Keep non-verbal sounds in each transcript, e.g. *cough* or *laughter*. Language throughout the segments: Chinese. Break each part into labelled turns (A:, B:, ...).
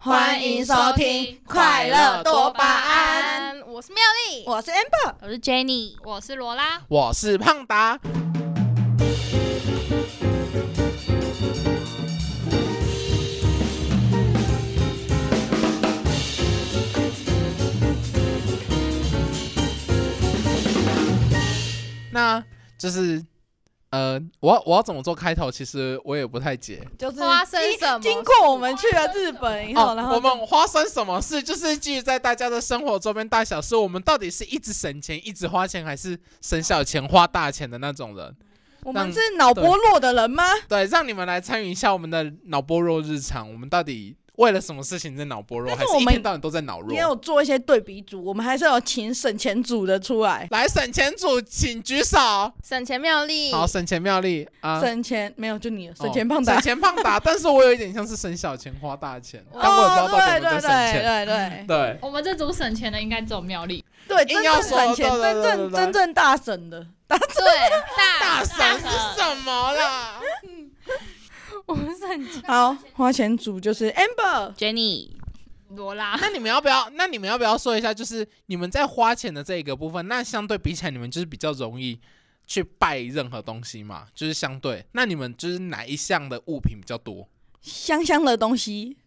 A: 欢迎收听《快乐多巴胺》，，
B: 我是妙丽，
A: 我是 Amber。
C: 我是 Jenny，
B: 我是罗拉，
D: 我是胖达，那就是呃，我要我要怎么做开头？其实我也不太解。
A: 就是
B: 花生
A: 经
B: 什么
A: 经过我们去了日本以后，然后
D: 哦我们花生什么事？就是基于在大家的生活周边大小事，我们到底是一直省钱、一直花钱，还是省小钱花大钱的那种人？
A: 我们是脑波弱的人吗？
D: 对，让你们来参与一下我们的脑波弱日常。我们到底为了什么事情在脑波弱，
A: 但
D: 还
A: 是
D: 是
A: 我
D: 一
A: 们
D: 天到晚都在脑弱
A: 也？有做一些对比组，我们还是有请省钱组的出来。
D: 来，省钱组请举手。
B: 省钱妙丽，
D: 好，省钱妙丽啊，
A: 省钱没有就你了，
D: 哦
A: 省钱胖达
D: 省。钱胖达。但是我有一点像是省小钱花大钱，
B: 哦
D: 但我也不知道到
A: 对
D: 底有没
A: 对
D: 有在省
A: 对
D: 钱。
A: 对对
D: 对，
C: 我们这组省钱的应该只有妙丽，
A: 对，
D: 硬
A: 真
D: 要
A: 正
D: 说
A: 省钱，
D: 对
A: 真
D: 对对
A: 正
D: 对对
A: 真正大省的。
B: 对，
D: 大
B: 大
D: 神是什么啦？
C: 我们省钱
A: 好，花钱组就是 Amber。
C: Jenny，
B: 罗拉，
D: *laughs* 那你们要不要？那你们要不要说一下，就是你们在花钱的这一个部分，那相对比起来，你们就是比较容易去拜任何东西嘛？就是相对，那你们就是哪一项的物品比较多？
A: 香香的东西，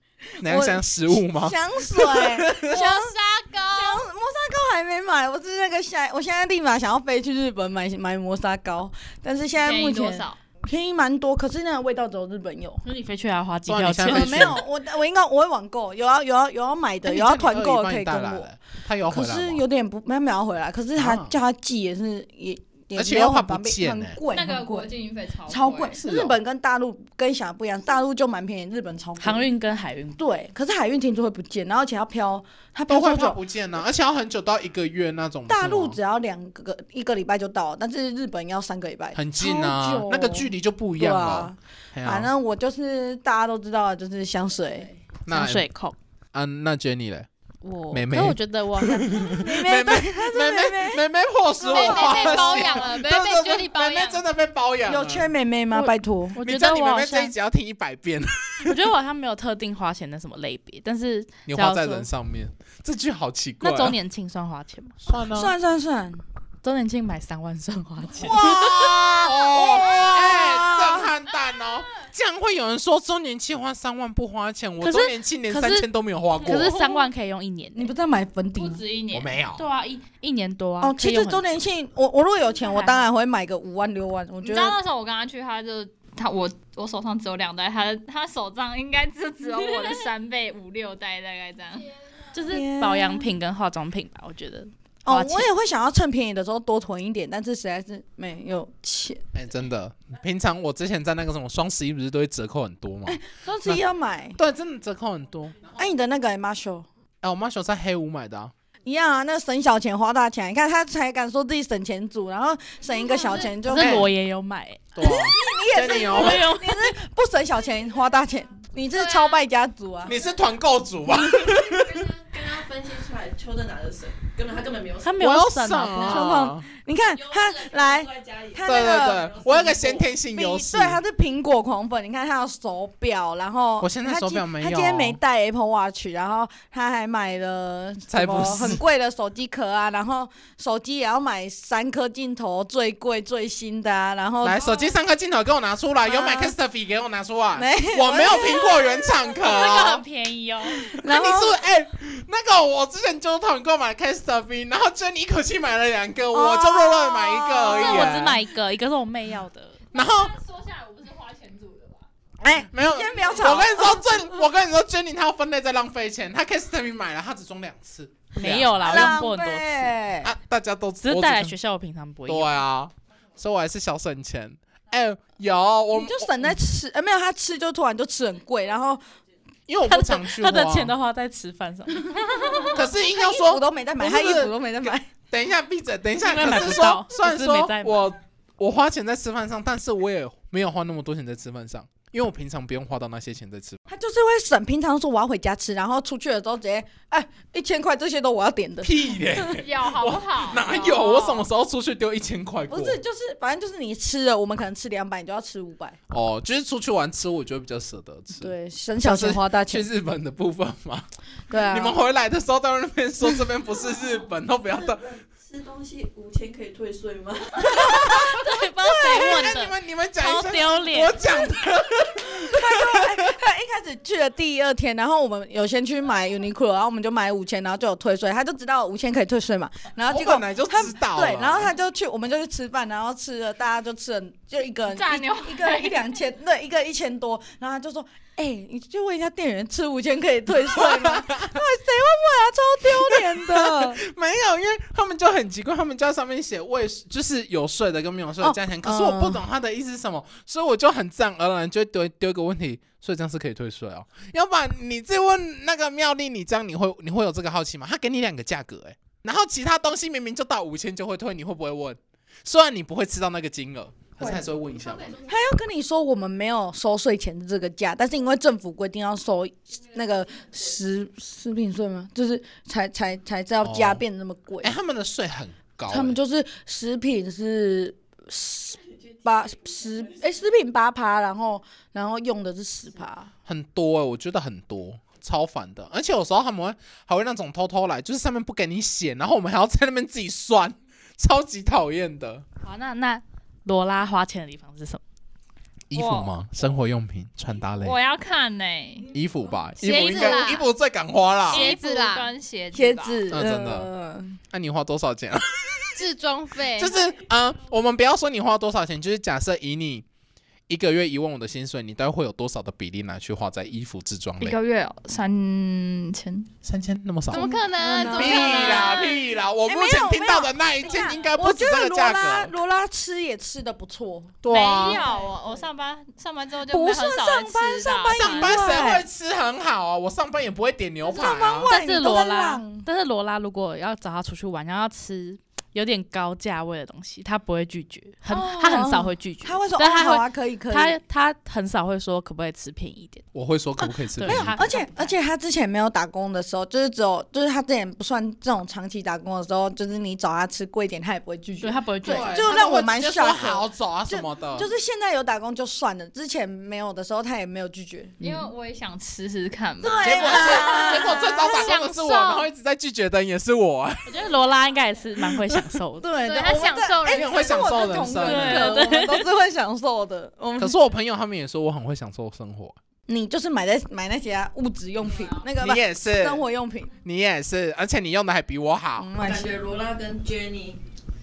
D: 哪一项食物 *laughs* 吗？
A: 香水、
B: 我
A: 香
B: 沙
A: 香
B: 膏，
A: 磨砂膏还没买，我是那个下，我现在立马想要飞去日本买买磨砂膏，但是现在
B: 便
A: 目
B: 宜多
A: 前
B: 少？
A: 便宜蛮多，可是那个味道只有日本
D: *laughs*
A: 有。
C: 那你飞去还要花机
D: 哇
C: 票
D: 你现
C: 钱
D: 在？
A: 呃没有，我我应该我会网购，有啊要有要有要买的，
D: 哎
A: 有
D: 嗯 *laughs* 你
A: 要
D: 看
A: 团
D: 你二姨
A: 购的
D: 帮
A: 可
D: 你
A: 以
D: 带
A: 跟
D: 来
A: 我
D: 了，，他有
A: 可
D: 回来
A: 是
D: 吗
A: 有点不没有没有回来，可是他
D: 啊
A: 叫他寄也是也也
D: 而且
A: 没有
D: 又怕
A: 很方
D: 不
A: 便，
D: 见
A: 很
D: 欸
A: 贵，
C: 那个
A: 很
C: 国
A: 贵。
C: 际运费超
A: 超贵，
D: 是哦
A: 日本跟大陆跟想的不一样，大陆就蛮便宜，日本
D: 嗯
A: 超贵。
C: 航运跟海运
A: 对，可是海运听说会不见，然后而且要飘，它飘
D: 都会
A: 多
D: 怕
A: 久？
D: 不见呢、而且要很久到一个月那种。
A: 大陆
D: 不哦是
A: 只要两个一个礼拜就到了，但是日本要三个礼拜
D: 吗，很近
A: 超
D: 啊
B: 哦
A: 久，哦
D: 那个距离就不一样了。嘿
A: 对
D: 啊
A: 啊，反正我就是大家都知道，就是香水。
D: 那
C: 香水控。
D: 啊，那 Jenny 嘞，
C: 我，
D: 妹妹
C: 可我觉得
D: *laughs*
C: 我好像
A: 妹妹
D: 妹妹妹妹妹妹迫使
B: 妹
D: 我
B: 妹
D: 花
B: 被包
D: 钱
B: 养 *laughs* 了，妹
D: 真
B: 妹
D: 的
B: 觉得你包
D: 啊妹妹
B: 养，
D: 真的被包养了，
A: 有缺妹妹吗？
C: 我
A: 拜托，
C: 我
D: 你知
C: 觉
D: 道
C: 得
D: 你
C: 我
D: 妹
C: 好
D: 妹这一
C: 像，
D: 集要听一百遍， *laughs*
C: 我觉得我好像没有特定花钱的什么类别，但是
D: *laughs* 你
C: 叫
D: 花在
C: 做
D: 人上面，这句好奇怪、
C: 那
D: 啊。 *laughs*
C: 周年庆算花钱吗？
D: 算了，
A: 算算算，
C: 周年庆买三万算花
D: *laughs*
C: 钱？
D: 哇哦，哎、
A: 哇
D: 震撼弹哦！竟然会有人说周年庆花三万不花钱，我
C: 可是
D: 周年庆连
C: 可
D: 三
C: 是
D: 千都没有花过
C: 可。是三万可以用一年欸，
A: 你不是在买粉底
B: 不
A: 吗？
B: 止一年，
D: 我没有，
C: 对啊，一一年多啊。
A: 哦，
C: 可以
A: 其
C: 用
A: 实
C: 很
A: 周年庆，我我如果有钱，
C: 还
A: 我
C: 好
A: 当然会买个五万六万。我
B: 啊你
A: 觉
B: 知道
A: 得
B: 那时候我跟他去，他就他我我手上只有两袋，他他手账应该就只有我的三倍五六袋大概这样。 *laughs*
C: 就是保养品跟化妆品吧，我觉得。
A: 哦
C: 花，钱
A: 我也会想要趁便宜的时候多囤一点，但是实在是没有钱。
D: 哎、真的。平常我之前在那个什么双十一不是都会折扣很多吗？
A: 双十一要买，
D: 对，真的折扣很多。
A: 哎，你的那个 Marshall
D: 哎、我妈喜欢在黑五买的、啊，
A: 一样啊，那省小钱花大钱。你看他才敢说自己省钱族，然后省一个小钱就
C: 可是我也有买欸，
D: 对、啊，你也是有
C: 我，有
A: 不省小钱花大钱，你是超败家族啊！
D: 你是团购组吧？
E: 跟他分析出来，邱正哪的省，根本他根本没有省。
C: 他没
D: 我
C: 有
D: 要
C: 省
D: 省
C: 啊，
D: 啊！
A: 你看他来，
E: 在家里
A: 他
D: 对
A: 那
D: 对
A: 个
D: 对，我有个先天性
A: 比
D: 优势。
A: 对，他是苹果狂粉。你看他有手表，然后
D: 我现在
A: 他
D: 手
A: 今
D: 表没
A: 他
D: 有
A: 今天没带 Apple Watch，然后他还买了
D: 才
A: 什
D: 不
A: 么
D: 是
A: 很贵的手机壳啊，然后手机也要买三颗镜头，最贵最新的啊，然后
D: 来，手机三颗镜头给我拿出来，有买
A: 啊
D: c a s t o f 给我拿出来。
A: 没
D: 我没有苹果原厂壳、
C: *laughs* 这个
D: 哦
C: 很。便宜哦。
D: 那
A: 然
D: 你
A: 后
D: 是不是哎、那个我之前就团购买 c a s t o f 然后真你一口气买了两个，我就弱弱地买一个而
C: 但
D: 已、
C: 是哦我只。买一个，一个是我妹要的。
D: 然后
B: 说下来，我不是花钱组的吧？
A: 哎，
D: 没
C: *laughs*
D: 有，
A: 先不要
D: 我
A: 吵
D: 跟。你说，这我跟你说，Jenny 她要分类在浪费钱，她 c a s t o f 买了，她只装两次
C: 没有啦，我用
A: 浪
C: 过很多次，
A: 费，
D: 啊，大家都
C: 只是带来
D: 我
C: 学校，我平常不会
D: 对
C: 用。
D: 啊，所以我还是小省钱。哎、有我
A: 你就省在吃，呃，没有他吃就突然就吃很贵，然后
D: 因为我不常去
C: 她的
D: 花
C: 钱都花在吃饭上，
D: *laughs* 可是硬要
A: 他衣
D: 说
A: *laughs* 服都没在买，
D: 不
A: 他
D: 是
A: 衣服都没在买。
D: 等一下，闭嘴！等一下，
C: 因为买
D: 可是
C: 不
D: 说
C: 到，
D: 虽然
C: 只是没
D: 说
C: 在买
D: 我我花钱在吃饭上，但是我也没有花那么多钱在吃饭上。因为我平常不用花到那些钱在吃。
A: 他就是会省，平常说我要回家吃，然后出去了之后直接，哎，一千块这些都我要点 *laughs* 的，
D: 屁嘞！
B: 有好不
D: *laughs*
B: 好？
D: 哪有？
F: 哦
D: 我什么？时候出去丢一千块过？
A: 不是，就是反正就是你吃了，我们可能吃两百，你就要吃五百，
D: 哦，就是出去玩吃，我觉得比较舍得吃。，
A: 对，省小钱花大
D: 去
A: 钱，
D: 日本的部分嘛，
A: 对啊，
D: 你们回来的时候到那边说这边不是日本，都不要到。
E: 吃东西五千可以退税吗？
C: 对，不知道谁问
D: 哎，你
C: 的，
D: 们你们讲一
C: 超
D: 下，
C: 丢
D: 我
C: 脸。
D: 讲的
A: 他 *laughs* 一开始去的第二天，然后我们有先去买 Uniqlo，然后我们就买五千，然后就有退税，他就知道五千可以退税嘛，然后
D: 我
A: 结果
D: 本来就知道了
A: 对，然后他就去，我们就去吃饭，然后吃了，大家就吃了，就哦一个人
B: 炸牛
A: 一一个
D: *laughs*
A: 人一两千，对，一个一千多，然后他就说，哎、你就问一下店员，吃五千可以退税吗？ *laughs* 对，谁会问啊，超丢脸
D: *laughs*
A: 的。
D: 没有，因为他们就很奇怪，他们家上面写未就是有税的跟没有
A: 哦
D: 税的价钱，可是我不懂他的意思是什么，
A: 嗯
D: 所以我就很自然而然就丢丢一个问题，所以这样是可以退税哦。要不然你再问那个妙丽，你这样你会你会有这个好奇吗？他给你两个价格、欸，然后其他东西明明就到五千就会退，你会不会问？虽然你不会吃到那个金额，可是还是会问一下嘛。
A: 他要跟你说我们没有收税前的这个价，但是因为政府规定要收那个食食品税吗？就是才才才知道加
D: 哦
A: 变得那么贵。
D: 哎、他们的税很高、欸，
A: 他们就是食品是十八十哎、食品八趴，然后然后用的是十趴，
D: 很多哎、我觉得很多，超烦的。而且有时候他们会还会那种偷偷来，就是上面不给你写，然后我们还要在那边自己算， *laughs* 超级讨厌的。
C: 好，那那罗拉花钱的地方是什么？
D: 衣服吗？生活用品、穿搭类
B: 我要看呢、
D: 衣服吧，衣
B: 鞋子
D: 服应该
B: 啦
D: 衣服最敢花啦。
B: 衣
F: 鞋
B: 服
F: 子啦
B: 跟鞋子吧，
A: 贴纸、嗯
D: 那真的那、你花多少钱啊？
F: 置装费
D: 就是啊、呃我们不要说你花多少钱，就是假设以你一个月一万五的薪水，你大概会有多少的比例拿去花在衣服、置装
B: 一
D: 类？
B: 个月三千，
D: 三千那么少
F: 怎？么可能？怎么可
D: 嗯屁
F: 能？
D: 啦屁啦！我
A: 哎
D: 目
A: 没有
D: 前听
A: 没有
D: 到的那一件应该不
A: 我觉
D: 止哎这
A: 得
D: 个
A: 罗
D: 价
A: 拉
D: 格。啊
A: 罗拉吃也吃的不错，
D: 对啊
B: 没有，我我上班上班之后就
A: 不
B: 没
A: 是
B: 很少人
A: 上班
B: 吃到
A: 上班
D: 上班谁会吃很好啊？我上班也不会点牛排啊。
A: 外
C: 但
A: 你
C: 是
A: 都
C: 罗
A: 在
C: 拉
A: 浪，
C: 但是罗拉如果要找他出去玩，然后要吃有点高价位的东西，他不会拒绝，很、
A: 哦
C: 他很少会拒绝。
A: 他会说哦
C: 但他
A: 好
C: 会、
A: 啊，可以可以。
C: 他他很少会说可不可以吃便宜一点。
D: 我会说可不可以吃
C: 对
D: 便宜
C: 他
A: 而且而且他之前没有打工的时候，就是只有就是他之前不算这种长期打工的时候，就是你找他吃贵一点，他也不会拒绝
C: 对。他不会拒
D: 对，
C: 绝。
A: 就让我蛮
D: 他都会直接
A: shock
D: 说
A: 的
D: 好走啊什么的，
A: 就是现在有打工就算了，之前没有的时候他也没有拒绝。
C: 嗯
B: 因为我也想吃吃看嘛。
D: 结果
A: 啊
D: 是结果最早打工的是
F: 享受
D: 我，然后一直在拒绝的人也是我啊。
C: 我觉得罗拉应该也是蛮会享受的。
A: 对
F: 对
A: 的
F: 他
A: 我们
F: 享
A: 在
F: 受
A: 哎
F: 人
D: 生会享受
A: 这是我们
D: 人
A: 同
D: 生
C: 对
A: 个我们都是会享受的。我
D: 可
A: 们
D: 是我朋友他们也说我很会享受生活，
A: 你就是买在买那些啊物质用品，那个吧
D: 你也是，
A: 生活用品，
D: 你也是，而且你用的还比我好
A: 嗯，。
E: 感觉罗拉跟 Jenny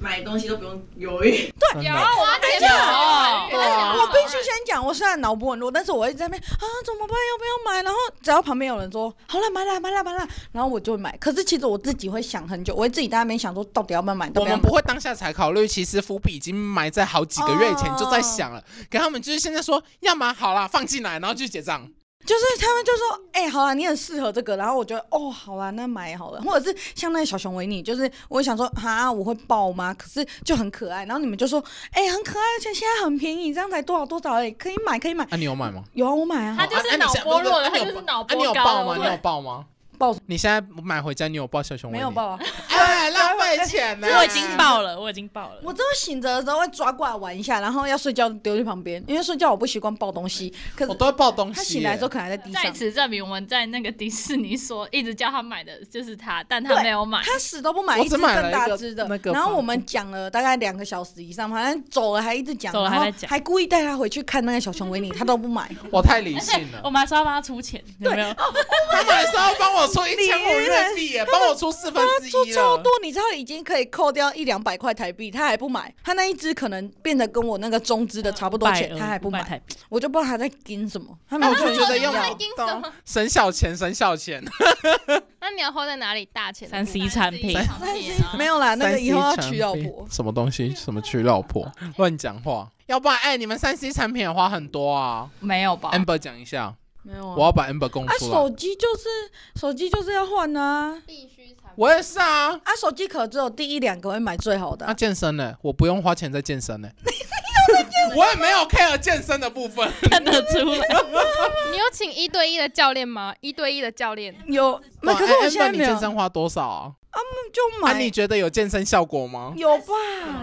E: 买东西都不用犹
A: *laughs*
E: 豫，
D: 真的
B: 有啊，我要解
A: 哎呀
B: 放
F: 对啊
A: 我必须先讲，我虽然脑波很弱，但是我一直在那边啊，怎么办？要不要买？然后只要旁边有人说好了，买啦，买啦，买啦，然后我就会买。可是其实我自己会想很久，我会自己在那边想说，到底要不要买？到
D: 我
A: 底要
D: 们
A: 不
D: 不
A: 要
D: 会当下才考虑，其实伏笔已经埋在好几个月以前就在想
A: 哦
D: 了。可他们就是现在说，要么好啦，放进来，然后去结账。
A: 买就是他们就说，哎、好啦，你很适合这个。然后我觉得，哦，好啦，那买好了。或者是像那个小熊维尼，就是我想说，哈，我会爆吗？可是就很可爱。然后你们就说，哎、很可爱，而且现在很便宜，这样才多少多少而已，可以买，可以买。
D: 啊，你有买吗？
A: 有啊，我买啊。
B: 他就
D: 啊
B: 是
D: 啊你现在
B: 脑波弱的
D: 啊你有
B: 他就是脑
D: 啊你有
B: 波高
D: 报
B: 的
D: 吗？你
B: 对
D: 有报吗？
A: 报什么
D: 你现在买回家，你有报小熊维
A: 没
D: 尼？
A: 有，爆啊！
D: 哎，浪费钱呢、
C: 我已经爆了，我已经爆了。
A: 我只有醒着的时候会抓过来玩一下，然后要睡觉就丢去旁边，因为睡觉我不习惯抱东西。可
D: 我
A: 是
D: 都会报哎东西耶。
A: 他醒来之后可能还在地
B: 在
A: 上，
B: 此证明，我们在那个迪士尼说一直叫他买的就是他，但他
A: 对
B: 没有买。
D: *laughs*
A: 他死都不买一
D: 我只
A: 只
D: 买了
A: 更
D: 一
A: 大
D: 个
A: 只的
D: 那。个
A: 然后
D: 房
A: 我们讲了大概两个小时以上，反正走了还一直讲，
C: 走了
A: 然
C: 还
A: 后
C: 在讲
A: 还故意带他回去看那个小熊维尼，他都不
D: *laughs*
A: 买。
D: 我太理性了
A: *laughs*
C: 我，们还说要帮他出钱，有没有？
D: 他们还是要帮我出一千五日币耶，帮我出四分之
A: 出
D: 一
A: 超
D: 了
A: 多。，你知道已经可以扣掉一两百块台币，他还不买。他那一只可能变得跟我那个中
C: 呃
A: 只的差不多钱，他还不
C: 500
A: 买。
C: 台币。 *laughs*
A: 我就不知道他在盯什么，他没
D: 那
A: 有
D: 我就觉得
F: 要
D: 用
F: 买金什么
D: 省小钱，省小钱。
F: 那你要花在哪里大钱的部
C: 三
F: 分？
C: C 产品，
B: 啊
A: 没有啦，那个以后要
D: 3C 啊产
A: 娶
D: 品
A: 老
D: *laughs*
A: 婆。
D: 什么东西？什么娶老婆？乱讲话。要不然，哎、你们三 C 产品也花很多啊。
B: 没有吧？
D: Amber 讲一下，
A: 没有
D: 我
A: 啊。
D: 要把 Amber 供
A: 啊，
D: 出来。
A: 手机就是手机就是要换啊。
F: 必须产品。
D: 我也是啊。
A: 啊，手机壳只有第一两个会买最好的、
D: 那、
A: 啊， *laughs*
D: 健身呢？我不用花钱在健身呢。我也没有 care 健身的部分，
C: 看得出
D: *laughs*
C: 来。
F: 你有请一对一的教练吗？一对一的教练，
A: 有，那
D: 哇
A: 可是
D: 哎
A: 我
D: Amber，
A: 现在 *laughs*
D: 你
A: 没有
D: 健，身花多少啊？
A: 就
D: 啊，
A: 买
D: 你觉得有健身效果吗？
A: 有吧？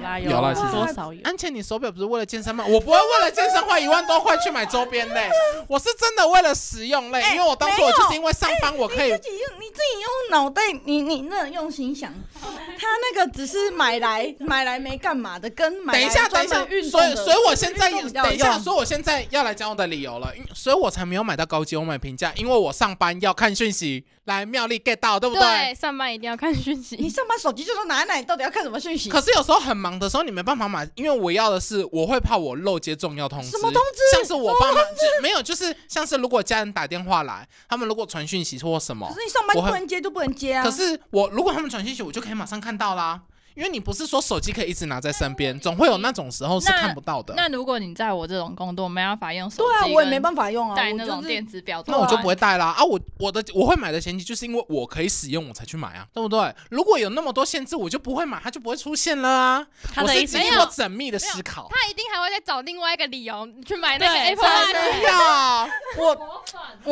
C: 啦
D: 有啦
C: 啦，
D: 其实
C: 多少有。
D: 安倩，你手表不是为了健身吗？我不会为了健身花一万多块去买周
A: *laughs*
D: 边嘞，我是真的为了实用类，
A: 哎
D: 因为我当初
A: 没有
D: 我就是因为上班我可以
A: 自己用你自己用脑袋，你你那用心想，他那个只是买来买来没干嘛的，跟买
D: 等一
A: 来
D: 下，等
A: 专
D: 一下
A: 门，运动
D: 所以
A: 的
D: 所以我现在
A: 运动比较有
D: 等一下，
A: 用
D: 所以我现在要来讲我的理由了，因所以我才没有买到高级，我买平价，因为我上班要看讯息来妙丽 get 到，对不
F: 对，？上班一定要看讯
A: 你
F: 息。
A: 上班手机就说拿来，你到底要看什么讯息？
D: 可是有时候很忙的时候，你没办法买，因为我要的是我会怕我漏接重要通知。
A: 什么通知
D: 像是我爸妈就没有，就是 *laughs* 像是如果家人打电话来，他们如果传讯息或什么
A: 可，是你上班
D: 我很
A: 不能接就不能接啊。
D: 可是我如果他们传讯息，我就可以马上看到啦。因为你不是说手机可以一直拿在身边，总会有那种时候是
B: 那
D: 看不到的。
B: 那如果你在我这种工作没办法用手
A: 对啊，
B: 机，
A: 我也没办法用啊，
B: 带
A: 我
B: 那
A: 就
B: 种
A: 是
B: 电子表的
D: 那
B: 话，
D: 我就不会带啦啊！我我的我会买的前提就是因为我可以使用，我才去买啊，对不对？如果有那么多限制，我就不会买，它就不会出现了啊！
C: 他
D: 我
C: 的
D: 是
C: 意思
D: 经
F: 没有
D: 过缜密的思考。
F: 他一定还会再找另外一个理由去买那个
C: 对
F: Apple Watch。
D: 哎呀，
A: 我我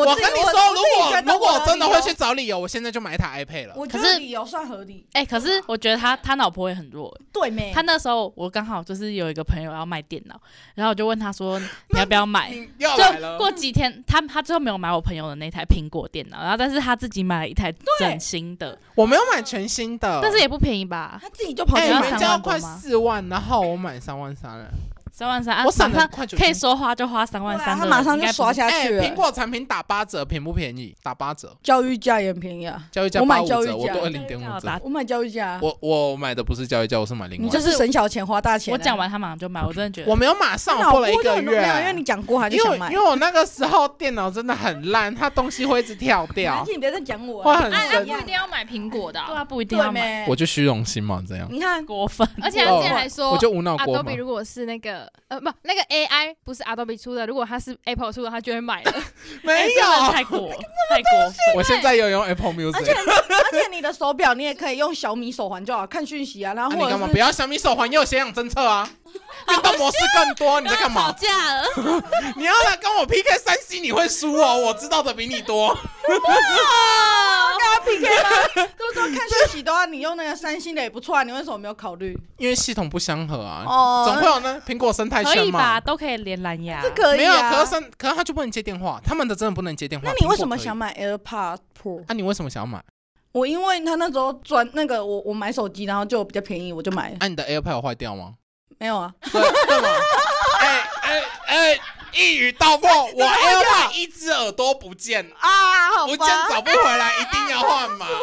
D: 我
A: 自
D: 跟
A: 己
D: 你
A: 我自
D: 说，如
A: 己觉
D: 果
A: 得
D: 如果
A: 我
D: 我
A: 的
D: 真的
A: 理
D: 会
A: 由
D: 去找理由，我现在就买一台 iPad 了。
A: 我觉
C: 可
A: 得
C: 是
A: 理由算合理，
C: 哎、可是我觉得他他老婆也很弱。
A: 对没？
C: 他那时候我刚好就是有一个朋友要卖电脑，然后我就问他
A: *laughs*
C: 说你要不要买？
D: 你要来
C: 就
D: 了，
C: 过几天，他他最后没有买我朋友的那台苹果电脑，然后但是他自己买了一台整新的，
D: 我没有买全新的，
C: 但是也不便宜吧，
A: 他自己就跑
D: 哎，
A: 去
C: 要
A: 买
D: 人
C: 三
D: 家
C: 万
D: 快
C: 多吗
D: 四万，然后我买三万三了，
C: 三万三，啊
D: 我省
C: 马
D: 了
C: 上
D: 快九
C: 可
D: 千。
C: 以说花就花三万
A: 对啊
C: 三，
A: 他马上就刷下
D: 哎，
A: 去了。
D: 苹果产品打八折，便不便宜？打八折，
A: 教育价也很便宜啊，
D: 教育价
A: 我买
D: 八五
A: 教育
D: 折，我
A: 价
D: 多零点五折。
C: 打。
A: 我买教育价啊，
D: 我我买的不是教育价，我是买另外
A: 你
D: 一个。
A: 就是省小钱花大钱啊。
C: 我讲完他马上就买，我真的觉得
D: 我没有马上，
A: 脑
D: 我过了一
A: 波就
D: 个
A: 很
D: 月，啊
A: 没有，因为你讲过他就
D: 因为
A: 想
D: 我
A: 买
D: 因为。我那个时候电脑真的很烂，它东西会一直跳掉
A: 而，且你别再讲我
D: 会
A: 啊，
D: 很
B: 啊，那
D: 生
B: 不一定要买苹果的啊、
C: 对啊，不一定
A: 对
C: 要买，
A: 没？
D: 我就虚荣心嘛，这样，
A: 你啊看，
C: 过分。
F: 而且他之前还
D: 我
B: 哦
F: 说
D: 就无脑过嘛
F: ，Adobe。如果是那个呃不那个 AI 不是 Adobe 出的，如果它是 Apple 出的，他就会买了。
B: *laughs*
C: 哎
D: 没
C: 真的
D: 有，
C: 太过太过分。
D: *laughs* 我现在有用 Apple
A: 而且
D: Music。
A: 而且你的手表你也可以用小米手环就好，看讯息啊，然
D: 啊、
A: 后
D: 你
A: 或者
D: 干嘛
A: 是
D: 不要小米手环？也有血氧侦
A: *laughs*
D: 测啊，运动模式更多。你在干嘛？
C: 架
F: *laughs*
C: 了，
B: *laughs*
D: 你要来跟我 PK 三 C，你会输哦。我知道的比你多。
A: 跟他 PK 吗？都说看讯息的话，你用那个三星的也不错啊，你为什么没有考虑？
D: *laughs* 因为系统不相合啊，
A: 哦
D: 总会有那苹果生态
C: 可
D: 圈
C: 以吧？
D: 嘛。
C: 都可以连蓝牙。
A: 这可
D: 没
A: 以
D: 有，
A: 啊。
D: 可是生可是它就不能接电话，他们的真的不能接电话。
A: 那你为什
D: 苹果
A: 么
D: 可以
A: 想？买嗯 AirPod Pro？
D: 啊，你为什么想买？
A: 我因为他那时候转那个我我买手机，然后就比较便宜，我就买了。
D: 啊，你的 AirPod 坏掉吗？
A: 没有啊，
D: *laughs* 对对
A: *laughs*
D: 吗？哎哎哎，一语道
A: 哎
D: 破，我 AirPod 一只耳朵不见，
A: 啊，好
D: 不见
A: 吧，
D: 找不回来，一定要换嘛。 *laughs*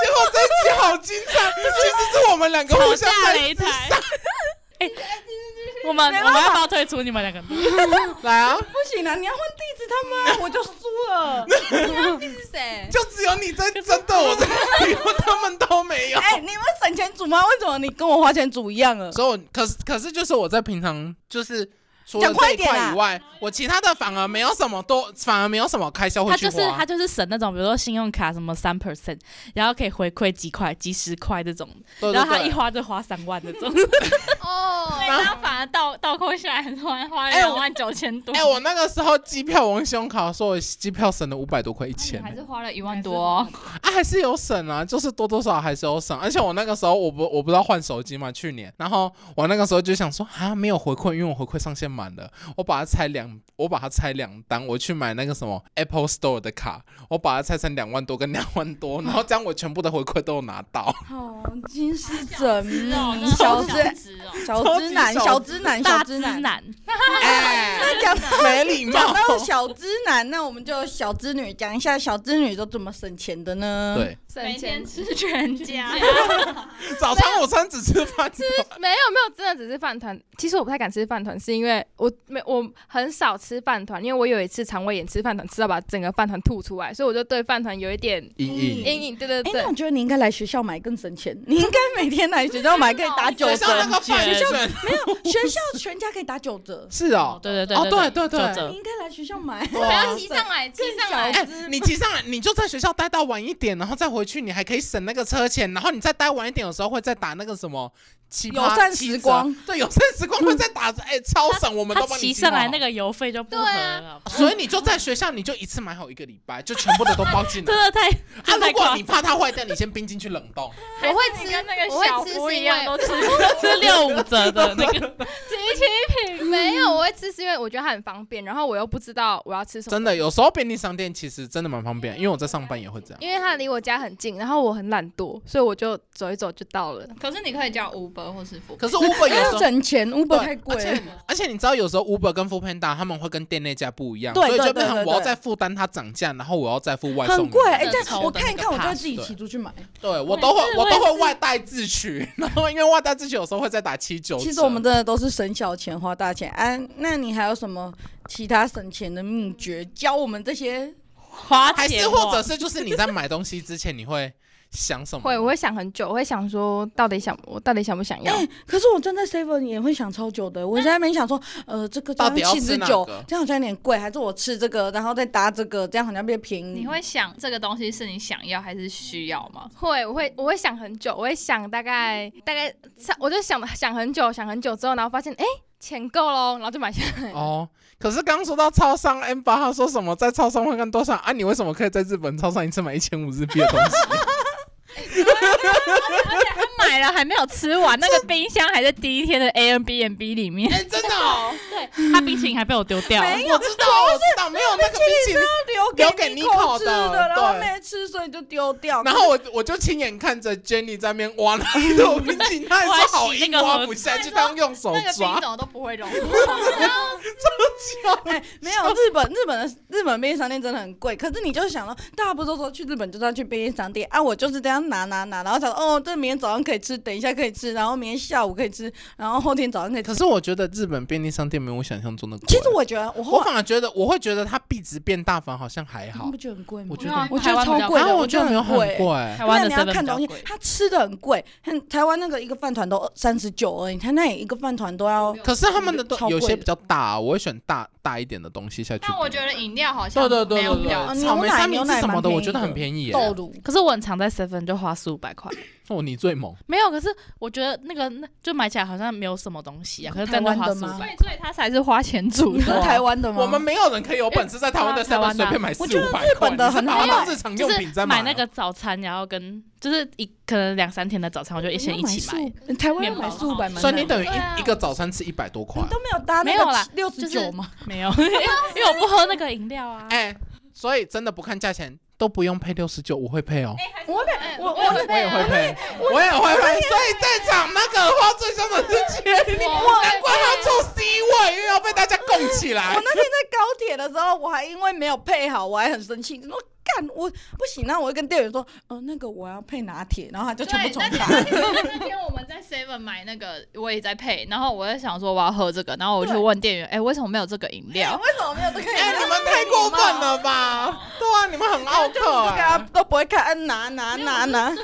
D: 结果这一集好精彩，其实是我们两个互相
C: 架
D: 在
C: 擂台。哎，我们我们要不要退出你们两个？
D: 来
A: *laughs*
D: 啊，
A: 不行啊，你要换地址他妈，我就输
D: *laughs*
A: 了。
F: 是谁？
D: 就只有你在针对我这个理由，他们都没有。
A: 哎、你们省钱煮吗？为什么你跟我花钱煮一样啊了？
D: 所以我，可是可是就是我在平常就是除了
A: 讲快
D: 这一
A: 点
C: 啊
D: 块
A: 啦
D: 以外，我其他的反而没有什么多，反而没有什么开销会
C: 他
D: 去
C: 啊就是
D: 花
C: 他。就是省那种，比如说信用卡什么三 percent，然后可以回馈几块、几十块这种，
D: 对对
C: 然后他
D: 对
C: 一花就花三万那种。
B: *laughs*
F: 哦，
B: 然后反而倒倒扣下来，突然花了
D: 哎我
B: 两万九千多。
D: 哎、我那个时候机票我用信用卡说，我机票省了五百多块一
B: 那你
D: 千、
B: 还是花了一万多哦、
D: 啊，还是有省啊，就是多多少少还是有省。而且我那个时候我不我不知道换手机嘛，去年，然后我那个时候就想说啊，没有回馈，因为我回馈上限满了，我把它拆两，我把它拆两单，我去买那个什么 Apple Store 的卡，我把它拆成两万多跟两万多，然后这样我全部的回馈都有拿到。
A: 好金是怎
B: 是哦，真
A: 么？
B: 的
A: 小
B: 好
A: 资
B: 想知哦。
A: 小资男，
D: 超级
A: 小资男，
C: 大
A: 小
C: 直
A: 资男。
C: 男，
D: 哎、 *laughs*
A: 讲
D: 没礼
A: 讲
D: 貌。
A: 到小资男，那我们就小资女讲一下小资女都怎么省钱的呢？，
D: 对，
F: 省钱
B: 吃全家，
D: 早餐、午餐只吃饭，
F: *laughs* 没有没有，真的只是饭团。其实我不太敢吃饭团，是因为我没我很少吃饭团，因为我有一次肠胃炎吃饭团，吃到把整个饭团吐出来，所以我就对饭团有一点
D: 阴影。
F: 阴影。对对
A: 哎、
F: 对
A: 那，我觉得你应该来学校买更省钱，你应该每天来学校买可以打九
D: 学校那
A: 折，
D: 个饭
C: 学校
D: 卷
A: 学校全家可以打九折。
D: *laughs* 是哦，
C: 对对对
D: 哦
C: 对
D: 对对对
C: 九折
D: 呃
A: 你应该来在学校买。
D: 对
B: 不
D: 啊
B: 要骑上来，骑
A: 更
B: 上
A: 小
B: 来。
D: 哎、你骑上来，你就在学校待到晚一点，然后再回去，你还可以省那个车钱，然后你再待晚一点，有时候会再打那个什么七八
A: 友善
D: 七折
A: 时光，
D: 对，友善时光会再打，哎、超省，我们
C: 他
D: 都帮你
C: 骑
D: 计
C: 上
D: 划
C: 来
D: 好
C: 那个油费就不合
B: 对啊
C: 了，好不好
D: 所以你就在学校，你就一次买好一个礼拜，就全部的都包进来。
C: 真的太
D: 啊，
C: 太
D: 如果你怕它坏掉，你先冰进去冷冻。
B: 我会
F: 还是
B: 吃
F: 你跟那个
B: 我会
F: 小
B: 吃
F: 夫
B: 是
F: 一
B: 因
F: 样
B: 为都吃
C: 是六五折的那个，
B: 集齐品。
F: 没有，我会吃是因为我觉得它很方便，然后我又不知道我要吃什么，
D: 真的，有时候便利商店其实真的蛮方便，因为我在上班也会这样。
F: 因为它离我家很近，然后我很懒惰，所以我就走一走就到了。
B: 可是你可以叫 Uber 或是 f o
D: 可是 Uber 有时
A: 要 *laughs*
D: 候。
A: 省钱
D: 对
A: ，Uber 太贵
D: 而且
A: 了。
D: 而且你知道，有时候 Uber 跟 Foodpanda 他们会跟店内价不一样，
A: 对
D: 所以就
A: 对对
D: 变成
A: 对
D: 我要
A: 对
D: 再负担它涨价，然后我要再付外送员。
A: 很贵，哎、
C: 真的
A: 但
C: 超
A: 我
C: 的
A: 看一
C: 那
A: 看，
C: 个
A: 我就会
D: pass，
A: 自己
D: 对
A: 骑出去买。
D: 对我
C: 每
D: 都会
C: 次
D: 我都
C: 我也
D: 会
C: 是
D: 外带自取， *laughs* 然后因为外带自取有时候会再打七九折。
A: 其实我们真的都是省小钱花大钱。哎、那你还有什么其他省钱的秘诀教我们这些？
C: 花
D: 还
C: 钱
D: 是
C: 哦
D: 或者是就是你在买东西之前你会想什么？
F: 会，我会想很久，我会想说到底想我到底想不想要？
A: 哎可是我站在 Seven 也会想超久的，我在那边想说，呃，这个
D: 到底要
A: 七
D: 吃
A: 十
D: 哪
A: 九
D: 个，
A: 这样好像有点贵，还是我吃这个，然后再搭这个，这样好像变便
F: 嗯
A: 宜。
B: 你会想这个东西是你想要还是需要吗？嗯
F: 会，我会我会想很久，我会想大概大概，我就想想很久，想很久之后，然后发现哎、诶钱够喽，然后就买
B: *laughs*
F: 下来。
D: 哦，可是刚说到超商 M 八，他说什么在超商会看多少啊？你为什么可以在日本超商一次买一千五日币的东西？
B: 他买了还没有吃完，那个冰箱还在第一天的 A N B N B 里面。
D: *laughs* 哎、真的、哦，
C: 他冰淇淋还被我丢掉，
A: 没
D: 哎我知道，我知道，没有那个冰淇淋。
A: 留
D: 留给
A: 你
D: Nico
A: 吃
D: 的
A: 然后
D: 对
A: 没吃，所以就丢掉。
D: 然后我我就亲眼看着 Jenny 在那边挖那一坨冰淇 *laughs* 淋，她还说好硬挖不下去，她用用手
B: 那个冰
D: 抓
B: 怎。么都不会融化，
A: 哎、没
D: *laughs*
A: 有日本，日本的日本便利商店真的很贵。可是你就想到，大家不都说去日本就是要去便利商店啊？我就是这样拿拿拿，然后想哦，这明天早上可以吃，等一下可以吃，然后明天下午可以吃，然后后天早上可以吃
D: 可。是我觉得日本便利商店没有我想象中的贵。
A: 其实我觉得我后
D: 我
A: 来
D: 反而觉得，我会觉得它币值变大反而好像还
A: 你们
D: 好
A: 不，觉得很贵吗？
D: 我觉得
A: 我觉得超嗯贵
D: 然
A: 的，
D: 后
A: 我
D: 觉得没有
A: 很
D: 很
A: 贵。
D: 贵。
C: 台
A: 那
C: 湾的
A: 你要
C: seven
A: 看东西，他吃的很贵，像台湾那个一个饭团都三十九而已，他那里一个饭团都要
D: 可是他们的都
A: 超贵
D: 有
A: 的
D: 些比较大，我会选大大一点的东西下去。
B: 但 *laughs* 我觉得饮料好像
D: 对对对
B: 没有
D: 对
B: 比较
A: 哦
D: 对，
A: 牛奶
D: 草莓三明
A: 牛
D: 治
A: 奶
D: 什么
A: 蛮
D: 的，
A: 便宜
D: 我觉得
A: 的
D: 很便宜耶。
A: 豆乳。
C: 可是我很常在 seven 就花四五百块，
D: 哦，你最猛。
C: 没有。可是我觉得那个那就买起来好像没有什么东西啊，可是真花四
A: 哦台湾
C: 五
A: 的
B: 所
C: 百
B: 以，所以他才是花钱煮
A: 你
B: 的。
A: 说台湾的吗？
D: 我们没有人可以有本事在台湾的
C: 台
D: seven
C: 湾
D: 随
C: 啊
D: 便买四
A: 我觉得
D: 五百
A: 日
D: 块，
A: 本的
D: 你是
A: 很
D: 把它
A: 好
D: 当
A: 买
D: 日常
C: 就
D: 用
C: 是
D: 品在
C: 买
D: 买
C: 那
D: 哦
C: 个早餐，然后跟就是一可能两三天的早餐，我就一先一起买。
A: 买，台湾要买四五百蛮
D: 所以你
A: 难的
D: 等于
B: 对啊
D: 一一个早餐吃一百多块
A: 你。都没有搭
C: 没有啦
A: 六十
C: 就是
A: 九
C: *laughs*
A: 吗？
C: 没有，因为因为我不喝那个饮料啊。
A: *laughs*
D: 哎，所以真的不看价钱都不用配六十九，我会配哦，
A: 我会
B: 哎
A: 配，我
B: 我也
A: 我会
D: 我
B: 会
F: 啊
D: 也会配，我也会配。所以在场那个花最凶的是 Jenny，
B: 我
D: 难怪他坐 C 位，因为要被大家供起来
A: 我。那天在高铁的时候，我还因为没有配好，我还很生气，我干我不行，那我就跟店员说，呃，那个我要配拿铁，然后他就全部重打。
B: 那天我们在 Seven 买那个，我也在配，然后我在想说我要喝这个，然后我就问店员，哎、为什么没有这个饮
A: 哎
B: 料？
A: 为什么没有这个？
D: 哎，你们太过分了吧？对啊，你们很
A: *laughs*
D: 傲
A: 就我
D: 客
A: 都给他
D: 哎。
A: 都不会看，哎拿拿拿拿，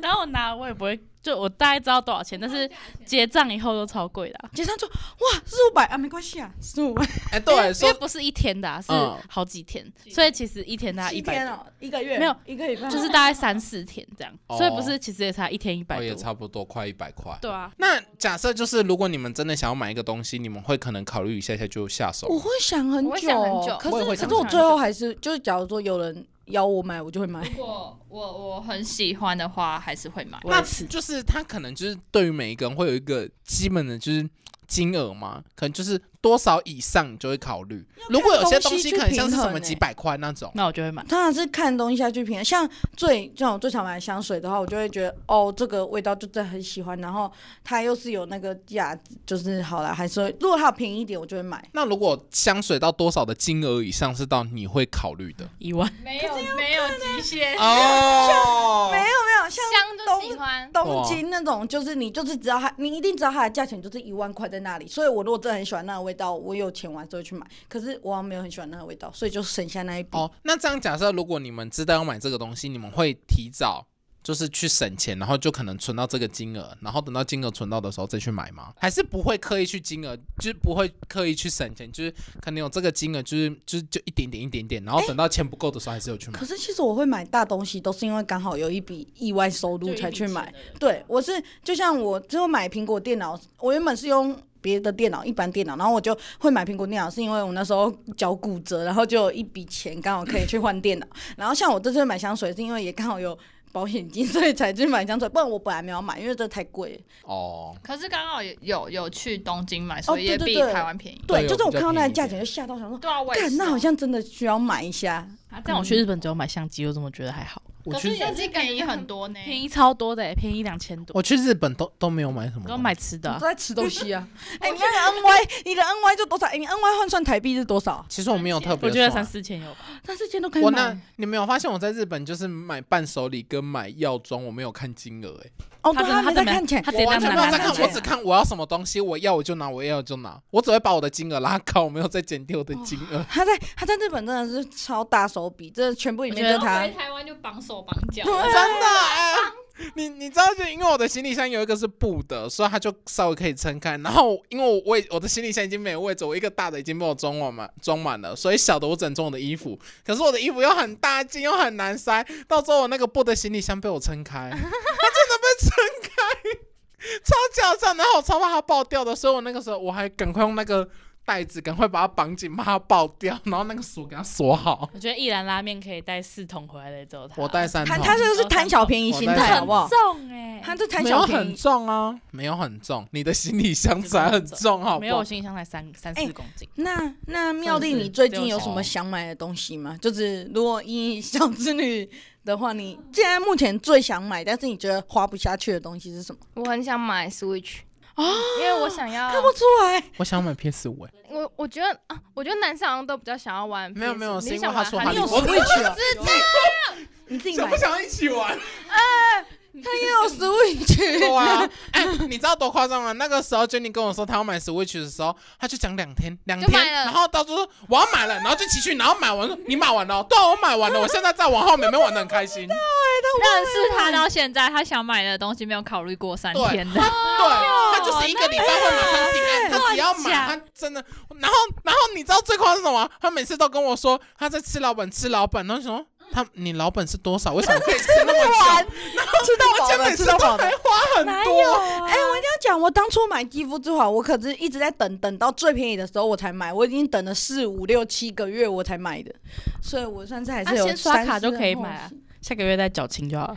C: 然后我拿我也不会，就我大概知道多少钱，但是结账以后都超贵的啊、
A: 结账就哇四五百啊，没关系啊，四五百
D: 哎，
C: 因为
D: 对，
C: 因
D: 说
C: 为不是一天的、啊，是
D: 嗯啊
C: 好几天，所以其实一天大概
A: 七
C: 一百
A: 天
C: 多，
A: 哦，一个月
C: 没有
A: 一个礼拜，
C: 就是大概三四天这样，
D: 哦
C: 所以不是其实也才一天一百
D: 哦也
C: 多，
D: 差不多快一百块。
C: 对啊，
D: 那假设就是，如果你们真的想要买一个东西，你们会可能考虑一下下就下手吗。
A: 我会想很
F: 我会
A: 久，
F: 想很久
A: 可
D: 我也会
A: 是
D: 想
A: 可是我
D: 很
A: 最后还是就是，假如说有人邀我买，我就会买。
B: 如果我我很喜欢的话，还是会买。
C: 我
D: 那
C: 也是。
D: 就是他可能就是对于每一个人会有一个基本的，就是金额嘛，可能就是多少以上你就会考虑。如果有些东西可能像是什么几百块那种，
C: 那我就会买，
A: 当然是看东西下去评，像最这种最常买的香水的话，我就会觉得哦，这个味道就真的很喜欢，然后它又是有那个价值，就是好了，还是会如果它有便宜一点，我就会买。
D: 那如果香水到多少的金额以上是到你会考虑的？
C: 一万，
B: 没有没有
F: *laughs*
B: 极限，
D: 哦
A: 没有没有，像
F: 香就喜欢，
A: 东京那种，就是你就是知道它，你一定知道它的价钱就是一万块在那里。所以我如果真的很喜欢那个味道，我有钱我还是会去买。可是我好像没有很喜欢那个味
D: 哦
A: 道，所以就省下那一笔。
D: 哦，那这样假设如果你们知道要买这个东西，你们会提早就是去省钱，然后就可能存到这个金额，然后等到金额存到的时候再去买吗？还是不会刻意去金额，就是不会刻意去省钱，就是可能有这个金额，就是就是就一点点一点点，然后等到钱不够的时候还是有去买
A: 可。是其实我会买大东西，都是因为刚好有一笔意外收入才去买。。
B: 就一笔
A: 对，我是就像我最后买苹果电脑，我原本是用别的电脑，一般电脑，然后我就会买苹果电脑，是因为我那时候脚骨折，然后就有一笔钱刚好可以去换电脑。 *laughs* 然后像我这次买香水，是因为也刚好有保险金，所以才去买香水，不然我本来没有买，因为这太贵了。
D: 哦，
B: 可是刚好有有有去东京买，所以
A: 哦对
B: 也
A: 对
B: 比
A: 对
B: 台湾便宜。
A: 对，
D: 对
A: 就是
D: 有
A: 我
D: 比较
A: 看到那个
D: 便宜一
A: 价钱就
D: 点
A: 吓到，想说，
B: 对啊，我也
A: 干，
B: 是
A: 那好像真的需要买一下。
C: 啊但我去日本只有买相机，我怎么觉得还好？
D: 我
B: 可是
D: 去
B: 也是便宜很多呢。
C: 便宜超多的欸，便宜两千多，
D: 我去日本都都没有买什么，
C: 我都买吃的
A: 你
C: 啊
A: 都。在吃东西啊！哎，你那个 NY，你的 NY 就多少？哎，你 NY 换算台币是多少？
D: 其实我没有特别，
C: 我觉得三。四千有吧，
A: 三四千都可以
D: 我
A: 买
D: 那。你没有发现我在日本就是买伴手礼跟买药妆，我没有看金额哎、
A: 哦，
C: 他
A: 对，
C: 真
A: 没在
C: 的他真的
A: 看钱
C: 他，直接
D: 我
C: 这
D: 完
C: 样
D: 全
C: 拿
D: 没有在
C: 拿
D: 看，
C: 拿
D: 我
C: 拿
D: 只看我要什么东西，我要我就拿，我要我就拿，我只会把我的金额拉高，我没有在减掉我的金额。
A: 他在他在日本真的是超大手笔，这全部里面
C: 我觉
A: 就
C: 得
A: 他
B: 回。台湾就绑手绑脚，
D: 真的哎、你你知道，就因为我的行李箱有一个是布的，所以它就稍微可以撑开。然后因为我我也我的行李箱已经没有位置，我一个大的已经被我装满满装满了，所以小的我只能装我的衣服。 *laughs* 可是我的衣服又很大件，又很难塞，到最后我那个布的行李箱被我撑开，它真的被撑开，超脚胀，然后我超怕它爆掉的，所以我那个时候我还赶快用那个袋子赶快把它绑紧，怕它爆掉，然后那个锁给它锁好。
C: 我觉得一兰拉面可以带四桶回来的，只有它。
D: 我带三
A: 他 *laughs*
D: 套，
A: 他这个是贪小便宜心态，好不好？
C: 重哎
A: 他这贪
D: 没
A: 小
D: 有
A: 便
D: 很
A: 宜。
D: 重啊，没有很重，你的行李箱才很重，好不
C: 没有，
D: 好
C: 我？行李箱才三三
A: 哎
C: 四公斤。
A: 那那妙丽，
C: 真的是
A: 你最近有什么想买的东西吗？就是如果以小之旅的话，你现在目前最想买，但是你觉得花不下去的东西是什么？
F: 我很想买 Switch 因为我想要，
A: 看哦不出来，
D: 我想买 PS 五，哎，
F: 我我觉得啊，我觉得男生好像都比较想要玩 PS，
D: 没有没有
F: 你
D: 是因为
F: 想玩
D: 他说
F: 韩
D: 哈
A: 你
D: 利
A: 有
F: 国
D: 波
A: Switch 啊？
F: 是
A: 你自己
D: 想
A: 买
D: 不，想一起玩？
A: 他也有 *laughs* Switch。
D: 对啊， *laughs* 哎，你知道多夸张吗？那个时候 Jenny 跟我说她要买 Switch 的时候，她就讲两天，两
F: 就买
D: 天，
F: 了
D: 然后到处说我要买了，然后就骑去，然后买完了，你买完了哦，对啊，我买完了，我现在在往后面没玩的很开心，
B: 认识他到现在，他想买的东西没有考虑过三
D: 对
B: 天的。
D: 对，他就是一个礼拜会买三顶哎，他只要买，他真的。然后，然后你知道最夸张是什么吗？他每次都跟我说他在吃老本，吃老本，然后想说他你老本是多少？为什么可以吃那么久？
A: 吃到饱
D: 而且
A: 了，
D: 每
A: 吃
D: 次
A: 到
D: 都
A: 饱
D: 还
A: 了。
D: 花很多。
A: 哎、我一定要讲，我当初买肌肤之华，我可是一直在等，等到最便宜的时候我才买，我已经等了四五六七个月我才买的，所以我算是 *laughs* 还是
C: 啊
A: 有、
C: 先刷卡就可以买啊。下个月再缴清就好了。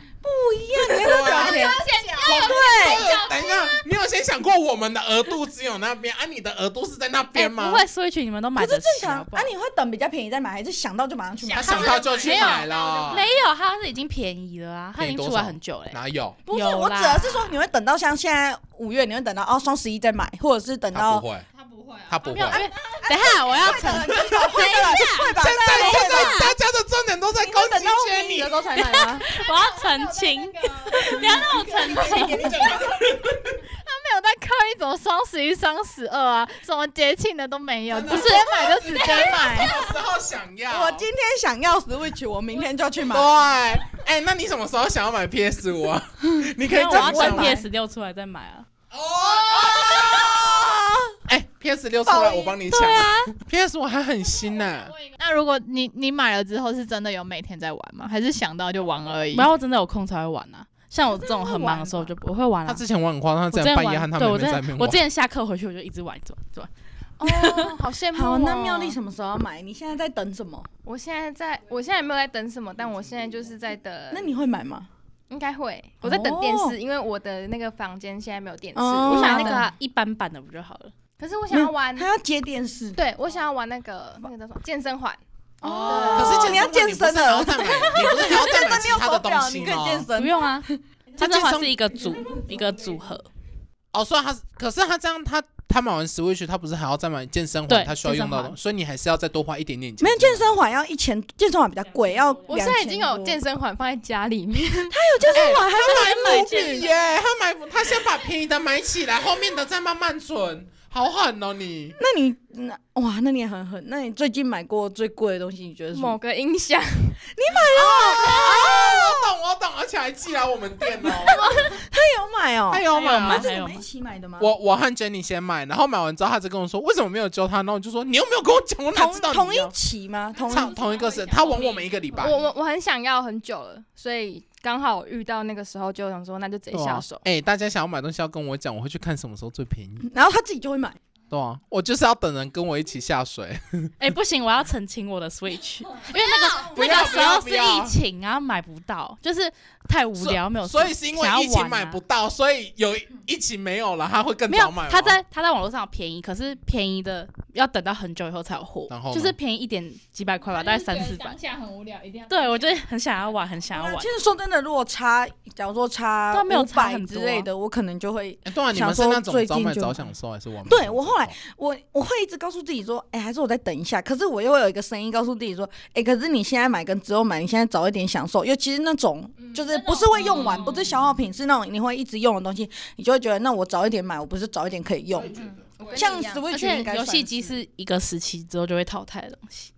A: 你看这表
C: 啊
A: 情，
F: 啊
D: 等一下，你有先想过我们的额度只有那边，啊，你的额度是在那边吗
C: 哎不？会 Switch 你们都买
A: 可
C: 得
A: 是
C: 起
A: 正
C: 好
A: 常
C: 不好
A: 啊，你会等比较便宜再买，还是想到就马上去买
D: 他？想到就去买了，
C: 没有，它是已经便宜了啊，它已经出来很久嘞、
D: 哪有？
A: 不是，
C: 有
A: 我指
C: 啦
A: 的是说你会等到像现在五月，你会等到哦双十一再买，或者是等
D: 他
A: 到
D: 不会，
B: 他不会啊
D: 他不
C: 没
D: 会
C: 有，。因为等一下我要
A: 会
C: 承
A: 的人举手会的人会吧？
D: 现在
A: 会
D: 现在
A: 吧？
D: 大家的重点都在
A: 你
D: 攻
A: 会等
D: 击
A: 到
D: 圈
A: 便宜
D: 你
A: 的时。候才买吗？
C: 我要澄
B: *laughs*
C: 清，你要让我澄清，
B: 没有在刻意走双十一、双十二啊，什么节庆的都没有，
D: 真
B: 直
D: 的
B: 接买就直接买。
D: 什么时候想要？
A: 我今天想要 Switch，我明天就去买
D: 对，。
C: 哦
A: *laughs*
D: 哎、那你什么时候想要买 PS 五啊？你可以
C: 那
D: 讲
C: 我 *laughs* 要
D: 出来吗。
C: 等
D: 哦
C: PS 六出来再买啊。
D: 哎、p s 六出来我帮你抢。PS 五还很新呢、
B: 那如果你你买了之后，是真的有每天在玩吗？还是想到就玩而已？
C: 然后我真的有空才会玩啊，像我这种很忙的时候我就不会玩
D: 他
C: 啊。
D: 之前玩很夸张，他
C: 我
D: 之
C: 之
D: 前
C: 前
D: 半夜和
C: 玩，
D: 他妹
C: 对我
D: 妹
C: 之
D: 在那边
C: 前我
D: 玩
C: 之。前下课回去我就一直玩，一直玩，一直玩。
F: 哦，好羡慕、哦。
A: 好，那妙丽什么时候买？你现在在等什么？
F: 我现在在，我现在没有在等什么，但我现在就是在等。
A: 那你会买吗？
F: 应该会，我在等电视，
A: 哦
F: 因为我的那个房间现在没有电视。
A: 哦
F: 我
C: 我
F: 想要
C: 买那
F: 等
C: 个啊一般版的不就好了？
F: 可是我想要玩，
A: 他要接电视
F: 对我想要玩那个那个叫什么健身环，
A: 哦
D: 可是健
A: 你要健身
D: 然后
A: 了， *laughs*
D: 再买，你不是还要再买其他的东西
A: 你可以健
D: 吗？
C: 不
A: 身。
C: 用啊，
D: 他
C: 健身环
D: 健身
C: 是一个组一个组合，
D: 哦，所以他是可是他这样，他他买完 Switch，他不是还要再买健身环，
C: 对
D: 他需要用到
C: 健身
D: 的，
C: 环
D: 所以你还是要再多花一点点钱。
A: 没有健身环要一千，健身环比较贵，要
F: 我现在已经有健
A: 身
F: 身环放在家里面，
A: 哎健身环，还
D: 他买
C: 买
D: 伏笔
C: 健
D: 耶，他买他先把便宜的买起来，后面的再慢慢存，好狠哦你！
A: 那你那哇，那你也很狠。那你最近买过最贵的东西，你觉得是什
F: 某
A: 么？哦
F: 个音响，
D: 哦我懂，我懂，而且还寄来我们
A: *laughs*
D: 店哦。
A: 他有买哦、
D: 他有买
A: 啊，
D: 吗？
A: 这是
C: 还有
A: 你
C: 吗
A: 们一起买的吗？
D: 我我和 Jenny 先买，然后买完之后，他就跟我说为什么没有揪他，然后我就说你又没有跟我讲，我哪
A: 同
D: 知道
A: 同
D: 你
A: 一
D: 要
A: 期吗？同
D: 唱
A: 一
D: 同一个是，他玩我们一个礼拜，
F: 我我我很想要很久了，所以刚好遇到那个时候就想说，那就直接
D: 对啊
F: 下手。
D: 哎、大家想要买东西要跟我讲，我会去看什么时候最便宜。
A: 然后他自己就会买。
D: 对啊，我就是要等人跟我一起下水。
C: 哎、不行，我要澄清我
D: *laughs*
C: 的 Switch，因为
D: 不
C: 那个
D: 要
C: 那个时候
D: 不
C: 是
D: 要不要
C: 疫情，然后买不到，就是太无聊没有事，
D: 所以是因为
C: 想要
D: 疫情
C: 玩啊
D: 买不到，所以有疫情没有了，他会更
C: 没有
D: 早买吗。
C: 他在他在网络上有便宜，可是便宜的要等到很久以后才有货
D: 然后，呢
C: 就是便宜一点几百块吧，大概三四百
B: 当。下很无聊，一定要
C: 对，我就很想要玩，很想要玩
A: 其。实说真的，如果差，假如说差
C: 对啊没有差
A: 500
C: 很多
A: 之
C: 啊
A: 类的，我可能就会，
D: 哎对啊，你
A: 想
D: 们
A: 说
D: 是那种
A: 最
D: 早
A: 近
D: 买
A: 就
D: 早
A: 买
D: 享受还是晚买？
A: 对我后来，我我会一直告诉自己说，哎、还是我再等一下。可是我又会有一个声音告诉自己说，哎、可是你现在买跟之后买，你现在早一点享受。尤其是那种
C: 嗯
A: 就是不是会用完，不是消耗品，是那种你会一直用的东西，你就会觉得，那我早一点买，我不是早一点可以用？像
C: 而
A: Switch
C: 且
A: 应该
C: 游戏机
A: 算，
C: 是一个时期之后就会淘汰的东西，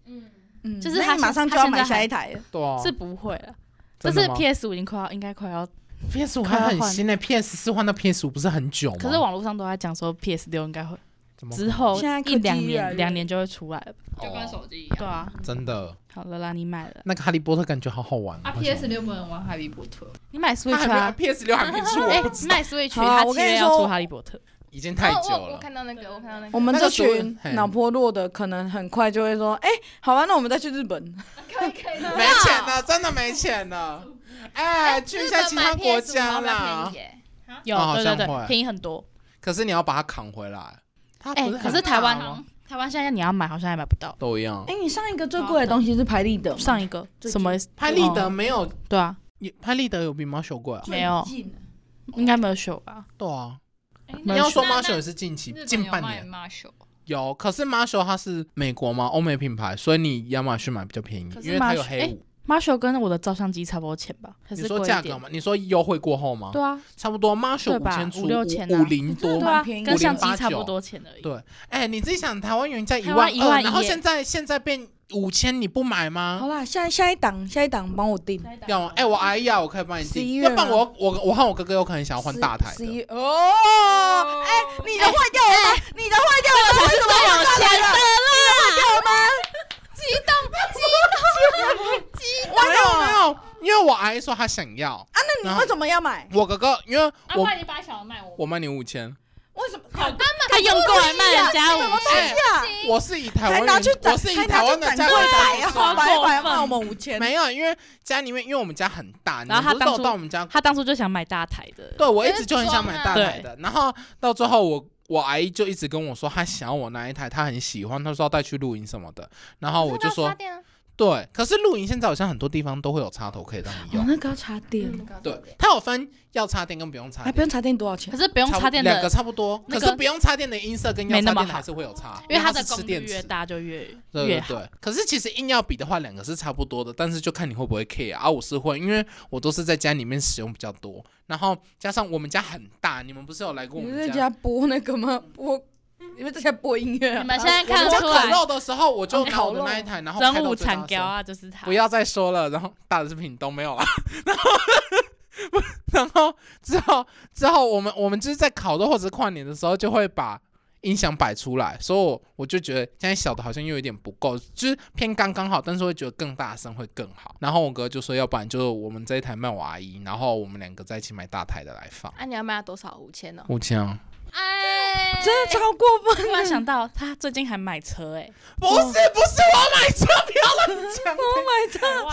A: 嗯
C: 就是
A: 那
C: 它
A: 你马
C: 现
A: 上就
C: 它
A: 要
C: 现
A: 买
C: 在
A: 下
C: 还
A: 一台了。
D: 对啊，
C: 是不会了。但
D: 真的
C: 是
D: 吗哦
C: PS 五已经快要，应该快要，
D: PS 五
C: 快
D: 还
C: 要
D: 很
C: 换
D: 新呢、p s 四换到 PS 五不是很久吗？
C: 可是网络上都在讲说 PS 六应该会
D: 怎么
C: 之后
A: 现在科技
C: 一两
A: 越来越
C: 年两年就会出来了。
B: 就跟手机一
C: 对
B: 样。
C: 啊，
D: 真的，
C: 好了啦，你买了，
D: 那个哈利波特感觉好好玩
B: 啊
D: 好想玩
B: ，PS 六不能玩哈利波特，
C: 你
D: 他
C: 买
D: 还
C: Switch
D: 没有
C: 啊？
D: PS 六还没
C: *laughs*
D: 出，
C: 哎
D: 我不，知
C: 买 Switch，
A: 好啊
C: 它
A: 我
C: 七
A: 跟你
C: 月要出
A: 说
C: 《哈利波特》。
D: 已经太
F: 哦
D: 久
F: 我我
D: 了。
F: 看到那个，我看到那
A: 我
F: 个，
A: 们
D: 那
A: 这
D: 个时候
A: 群
D: 嘿
A: 脑波弱的，可能很快就会说，哎、好吧，那我们再去日本。
D: 没钱了，真的没钱了。哎，去一下其他国家啦。
C: 有，
D: 哦好
C: 对
D: 像
C: 对对，
D: 会
C: 便宜很多。
D: 可是你要把它扛回来。它
C: 哎、
D: 不
C: 可
D: 很
C: 是台湾
D: 大吗
C: 台湾现在你要买，好像还买不到。
D: 都一样
A: 哎、。你上一个最贵的东西是拍立得吗，
C: 上一个
A: 最近
C: 什么哦
D: 拍立得没有，
C: 对啊，
D: 也拍立得有比猫熊贵啊？
C: 没有
A: 最近啊
C: 应该没有秀吧？
D: 对啊，
C: 没
D: 你
F: 哎
C: 有
D: 要
C: 秀
D: 说猫熊也是近期近半年
B: 马修，
D: 有，可是猫熊它是美国嘛，欧美品牌，所以你亚马逊买比较便宜
C: 可，是
D: 因为它有
C: Marshall-
D: 黑五。
C: 马秀跟我的照相机差不多钱吧？还
D: 你
C: 是
D: 说
C: 贵
D: 价格
C: 一点？
D: 吗？你说优惠过后吗？
C: 对啊，
D: 差不多，猫熊
C: 对吧
D: 千出
C: 五六千啊
D: 五零多
C: 对
A: 蛮
C: 啊
A: 便宜，的
C: 跟相机差不多钱而已。
D: 对哎、你自己想，台湾原价一
C: 台
D: 万
C: 湾
D: 二，
C: 12,000
D: 然后
C: 耶
D: 现在现在变五千，你不买
A: 好
D: 吗？
A: 啦，下下一档下一档帮我定，
D: 要吗？哎、我阿姨啊，我可以帮你
A: 十一
D: 订，
A: 月
D: 要不然
A: 吗
D: 我我我和我哥哥有可能想要换大台
A: 十一
D: 的。
A: 哦，哎、你的坏掉了吗？你的坏掉了吗，为什么换大台了？
D: 没有没有，因为我阿姨说她想要，
A: 啊，那
D: 然
A: 你
D: 后
A: 为什么要买？
D: 我哥哥因为
B: 啊，
D: 我、
B: 快点把小的卖我。
D: 我卖你五千，
A: 为什么？
C: 他用过来卖人家五
D: 哎
C: 千，
A: 啊
D: 我是以台湾
A: 还拿
D: 人
A: 去，
D: 我
A: 展，
D: 是以
A: 还
D: 台
A: 拿去
D: 湾的
A: 展
D: 价
A: 柜
D: 格
A: 台啊，白
D: 打
C: 超
A: 白
C: 过
A: 卖
C: 分
A: 我们五千，
D: 没有，因为家里面因为我们家很大，你
C: 然后
D: 们不
C: 他
D: 是
C: 当
D: 都
C: 初
D: 到我们家，
C: 他当初就想买大台的。
D: 对我一
B: 就
D: 直
B: 是
D: 就很想
B: 装
D: 买
B: 啊
D: 大台的，然后到最后我。我阿姨就一直跟我说，她想要我那一台，她很喜欢，她说要带去露营什么的。然后我就说
F: 发，电啊
D: 对，可是露营现在好像很多地方都会有插头可以让你
A: 哦，
D: 用。
A: 那个要插电，
D: 对，它有分要插电跟不用插
A: 哎，
D: 电，
A: 不用插电多少钱
C: 可？是不用
D: 差不
C: 插电
D: 两个
C: 的，
D: 差不多。
C: 那
D: 可
C: 个
D: 是不用插电的音色跟要
C: 没那
D: 插
C: 么
D: 电的
C: 好
D: 还是会有差，
C: 因为
D: 它
C: 它的
D: 是吃
C: 功
D: 电
C: 率
D: 池。
C: 越大就越
D: 对
C: 越
D: 对
C: 好。
D: 对，可是其实硬要比的话，两个是差不多的，但是就看你会不会 care 啊。我是会，因为我都是在家里面使用比较多，然后加上我们家很大，你们不是有来过我
A: 你
D: 们
A: 们在家播那个吗？播，你们在家播音乐啊？
C: 你们现在
D: 我
C: 看
D: 们
C: 得
D: 家
C: 出
D: 烤
C: 来，
D: 肉的时候，我
A: 哦
D: 就拿我的那一台，然后开
C: 人
D: 到
C: 物
D: 最大
C: 惨
D: 声
C: 标啊，就是他。
D: 不要再说了。然后大的视频都没有了， *laughs* 然后然后之后之后我们我们就是在烤肉或者是跨年的时候就会把音响摆出来，所以我我就觉得现在小的好像又有点不够，就是偏刚刚好，但是会觉得更大声会更好。然后我哥就说，要不然就我们这一台卖我阿姨，然后我们两个在一起买大台的来放。
F: 啊，你要卖到多少？五千哦。
D: 五千、
B: 哎，
A: 真的超过分，
C: 突然想到，他最近还买车哎、
D: 不是不是，我买车，不要乱
C: *laughs*
D: 讲。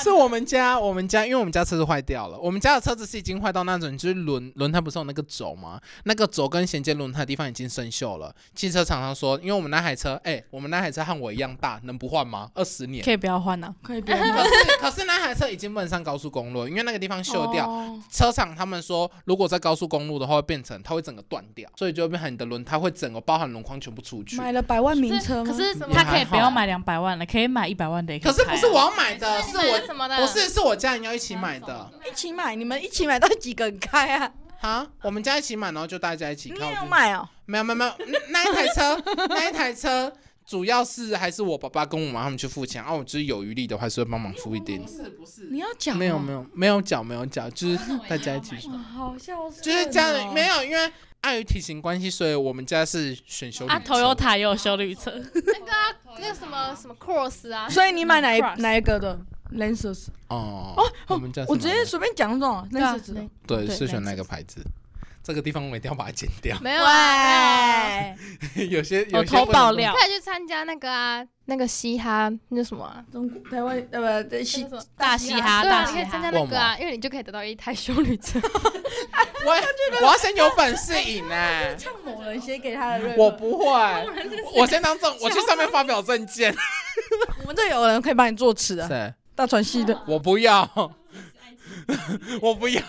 D: 是我们家，我们家，因为我们家车子坏掉了，我们家的车子是已经坏到那种，就是轮轮胎不是有那个轴吗？那个轴跟衔接轮胎的地方已经生锈了。汽车厂商说，因为我们那台车，哎、我们那台车和我一样大，能不换吗？二十年。
C: 可以不要换啊。
A: 可以不要 *laughs*
D: 可是可是那台车已经不能上高速公路了，因为那个地方锈掉。
C: 哦
A: 哦
D: 车厂他们说，如果在高速公路的话，会变成它会整个断掉，所以就会变成你的轮胎会整个包含轮框全部出去。
A: 买了百万名
C: 是
A: 车吗？
C: 可是
D: 什么
C: 他可以不要买两百万了，可以买一百万的也以
D: 可
C: 开
D: 是
C: 啊。
D: 不是我要买的，呃是
F: 你买
D: 我
F: 了什么的？
D: 不是是我家人要一起买的
A: 一起买，你们一起买到几个人开
D: *laughs*
A: 啊？
D: 啊，我们家一起买，然后就大家一起
A: 你
D: 看。
A: 也
D: 我
A: 有
D: 就 *laughs*
A: 买哦？
D: 没有没有没有，那那一台车，那一台车主要是还是我爸爸跟我妈他们去付钱，啊，我就是有余力的话，还是会帮忙付一点。
E: 是不是？
A: 你要讲哦
D: 没有没
A: 有，
D: 有没有缴没有缴，就是大家一起，
A: 哇，好孝顺哦，
D: 就是家人没有，因为碍于体型关系，所以我们家是选修
C: 啊
D: 旅车
C: ，Toyota 也有修旅车，
F: 那个啊那个什么什么 cross 啊，
A: *laughs* 所以你买 *laughs* 哪一
C: Cross
A: 哪一个的 Lenses？
D: 哦
A: 哦，
D: 我们家是
A: 我直
D: 买
A: 接
D: 的
A: 随便讲这种 Lenses 的。
D: 对
C: 对
D: 是选
C: 那
D: 哪个牌子？这个地方我一定要把它剪掉， *laughs*
F: 没有啊，没有啊
A: 喂，
D: 有些
C: 我
D: 有些
C: 哦偷
D: 不能
C: 爆
D: 动
C: 料，
F: 可以去参加那个啊，那个嘻哈那叫什么啊？
A: 中国台湾呃不对西
F: 那个什么
C: 大嘻哈，
F: 对
C: 大
F: 啊，你可
C: 嘻
F: 以参加
C: 哈，
F: 那个啊，因为你就可以得到一台 *laughs* 修旅车。
D: 我 *laughs* 我要先有本事赢哎！
A: 像某人写给他的瑞文，
D: 我不会，我先当证，我去上面发表证件。
A: 我们这有人可以帮你作词的，
D: 谁？
A: 大传系的。
D: 我不
A: *laughs*
D: 要，我不要，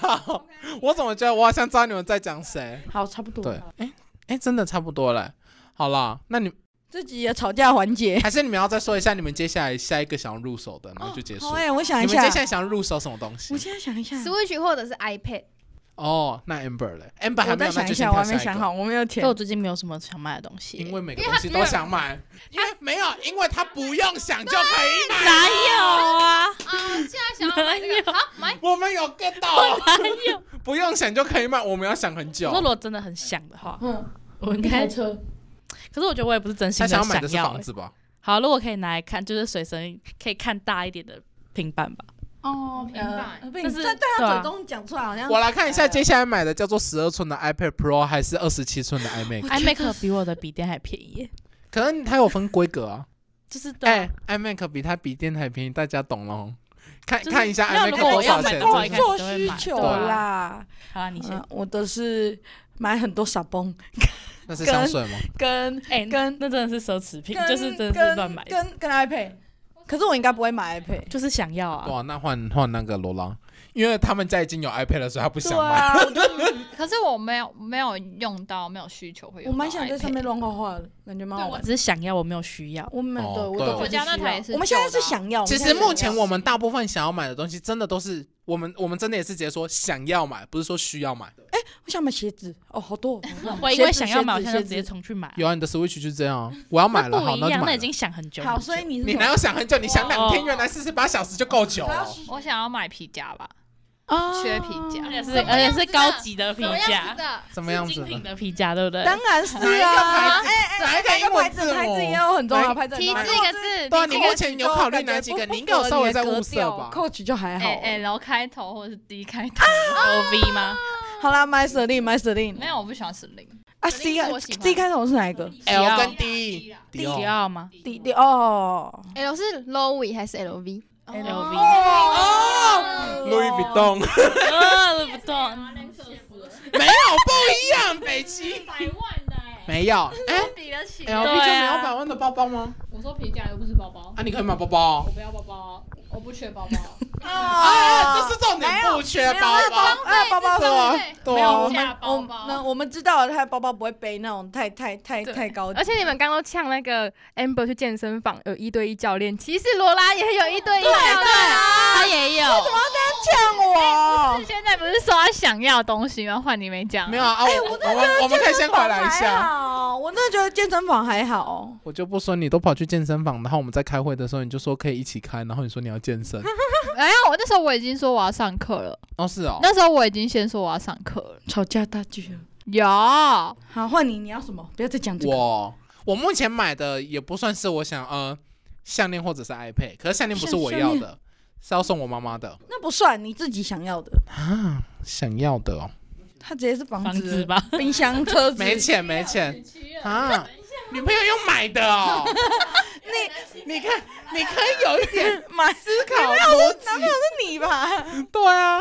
D: 我怎么觉得我好像知道你们在讲谁？
A: 好，差不多。
D: 对，哎哎，真的差不多了。好啦，那你
A: 这集的吵架环
D: *laughs*
A: 节。
D: 还是你们要再说一下你们接下来下一个想要入手的，然后就结束
A: 好。哎，我想
D: 你
A: 一
D: 们
A: 下
D: 接，下来想要入手什么东西
A: 我？现在想一下。
F: Switch 或者是 iPad，
D: 哦，那 Amber 嘞？Amber 还
A: 我
D: 没
A: 再
D: 有，那
A: 想
D: 就
A: 一
D: 先
A: 下，我
D: 跳
A: 还没
D: 下一个
A: 想好，。我没有
C: 因
A: 填
C: 啊为。我最近没有什么想买的东西，
D: 因为每个东西都想买，因为没有，因为他不用想就可以买。
C: 哪有哎啊？
F: 啊，现在想要买这个，好买。
D: 我们有 get 到，不用想就可以买，我们要想很久
C: 我。说如果真的很想的话，
A: 嗯，
C: 我应该，
A: 车。
C: 可是我觉得我也不是真心
D: 他
C: 的
D: 想
C: 想
D: 要买的是
C: 要
D: 房
C: 欸。
D: 子吧？
C: 好，如果可以拿来看，就是随身可以看大一点的平板吧。
A: 哦，
B: 平板
A: 呃，被
C: 但
A: 你
C: 是
A: 这对
C: 对
A: 他
C: 啊
A: 嘴中讲出来好像。
D: 我来看一下，接下来买的叫做十二寸的 iPad Pro 还是二十七寸的
C: *laughs*
A: 呃
D: iMac？
C: iMac 比我的笔电还便宜耶，
D: 可能它有分规格啊。
C: 就是对啊
D: 哎，iMac 比它比电台便宜，大家懂了哦。看
C: 就是
D: 看一下
C: 那
D: iMac
C: 如果我
D: 多
C: 要
D: 少
C: 买
D: 钱？
C: 的话，
D: 真
C: 一
D: 的是
C: 开始
A: 工
C: 都
A: 作
C: 会
A: 需
C: 买。
A: 求
C: 对啊
A: 啦，
C: 好啦，你先
A: 嗯。我的是买很多傻崩，
D: 那是香水吗？
A: 跟
C: 哎，那
A: 跟
C: 那真的是奢侈品，
A: 跟
C: 就是真的是
A: 跟
C: 乱买的，
A: 跟跟 iPad，可是我应该不会买 iPad。
C: 就是想要啊。
D: 哇，那换换那个罗朗，因为他们家已经有 iPad 了，所以他不想
A: 对
D: 买。
A: 啊，我就
B: 呃可是我没有没有用到，没有需求会用
A: 我
B: 到 iPad。
A: 蛮想在上面乱画画的，感觉蛮好玩
C: 我。只是想要，我没有需要。
A: 我没有，对
D: 哦
A: 我
D: 对
A: 都
D: 我
B: 家那台也是
A: 我们现在
B: 旧的
A: 是
B: 啊
A: 想要。
D: 其
A: 我
D: 实
A: 们现在
D: 目
A: 想
D: 前
A: 要
D: 我们大部分想要买的东西，真的都是我们我们真的也是直接说想要买，不是说需要买。
A: 我想买鞋子哦，好多哦。
C: 我因为想要买，我现在就直接冲去买啊。
D: 有啊，你的 Switch 就是这样啊，我要买了，
C: 那
D: 好，
C: 不一
D: 那就
C: 样，
D: 买
C: 那已
D: 了。
C: 经想很久很久。
A: 好，所以你是
D: 你
A: 什么
D: 哪有想很久？你想两天，
C: 哦
D: 原来四十八小啊时就够久哦了。
B: 我想要买皮夹吧，
A: 啊
B: 缺皮夹
C: 而且是
F: 怎么
C: 而且
F: 样
C: 是
F: 子的
C: 高级的皮
F: 什么样
C: 夹
F: 子，的？
D: 什么
C: 是
D: 样子啊
C: 精品
D: 呢？
C: 的 *laughs* 皮夹，对不对？
A: 当然是
D: 哪
A: 啊，
D: 一个牌子
A: 哎
D: 哪一个英
A: 个牌
D: 文
A: 子
D: 字母
A: 牌子也有很多啊，
D: 哪一
A: 牌子很
F: 提
A: 多
F: 示
A: 啊
F: 一个字，
D: 对啊，
A: 你
D: 你
A: 扣
D: 目前有考虑哪几个？你应该有稍微在物色吧？
A: Coach 就还好
B: 哎
A: 哦。
B: 哎，然后开头或者是 D 开头，
C: O V 吗？
A: 好啦，买 c e l i n 买 c e l i n
B: 没有，我不喜欢指
F: *laughs*
B: 令。
A: 啊
B: Celine
A: ，C
B: 哦是
A: 开
B: 我喜欢
A: C 开头是哪一个？
C: 哎
D: L 跟
B: D
D: D，
C: 迪奥吗
A: 第第哦
F: L 是 Lowy 还是 LV？
C: ？L V
A: 哦
D: ，Louis Vuitton，
C: 呃，不
F: 啊
B: 啊
C: 懂。
D: 没有不一样，北极
B: 百万的哎，
D: 没有。哎
B: 比得起
C: 啊
D: ，L V 就没有百万的包包吗？
B: 我说皮夹又不是包包，
D: 啊，你可以买包包哦。
B: 不要包包，我不缺 *laughs* 包包。
D: 哎，
A: 啊
D: 这是重点，不缺包包。
A: 啊，包包
D: 对
A: 包。
D: 啊，对
A: 没有，我
D: 啊，
A: 们我们那我们知道了，他的包包不会背那种太太太
F: 对
A: 太高级，
F: 而且你们刚刚呛那个 Amber 去健身房有一对一教练，其实罗拉也有一对一教练。
C: 他也有。
A: 呛我。
B: 现在不是说他想要的东西吗？换你没讲，
D: 没有啊。啊我我们我们可以先回来一
A: 还
D: 下。
A: 好，我那觉得健身房还好。
D: 我就不说你都跑去健身房，然后我们在开会的时候你就说可以一起开，然后你说你要健身。
B: 哎呀，我那时候我已经说我要上课了，
D: 哦，是哦。
B: 那时候我已经先说我要上课了。
A: 吵架大剧了。
B: 有，
A: 好，换你，你要什么？不要再讲这个。
D: 我我目前买的也不算是我想呃项链或者是 iPad，可是项链不是我要
A: 项
D: 的，是要送我妈妈的
A: 那不算你自己想要的，
D: 啊，想要的哦，
A: 他直接是房
C: 房
A: 子、
C: 子吧，
A: 冰箱、车子。
D: 没钱没钱啊，女朋友用买的 *laughs* 哦，你你看你可以有一点
A: 买
D: 思考逻
A: 男朋友
D: 辑，
A: 是你吧？
D: 对啊，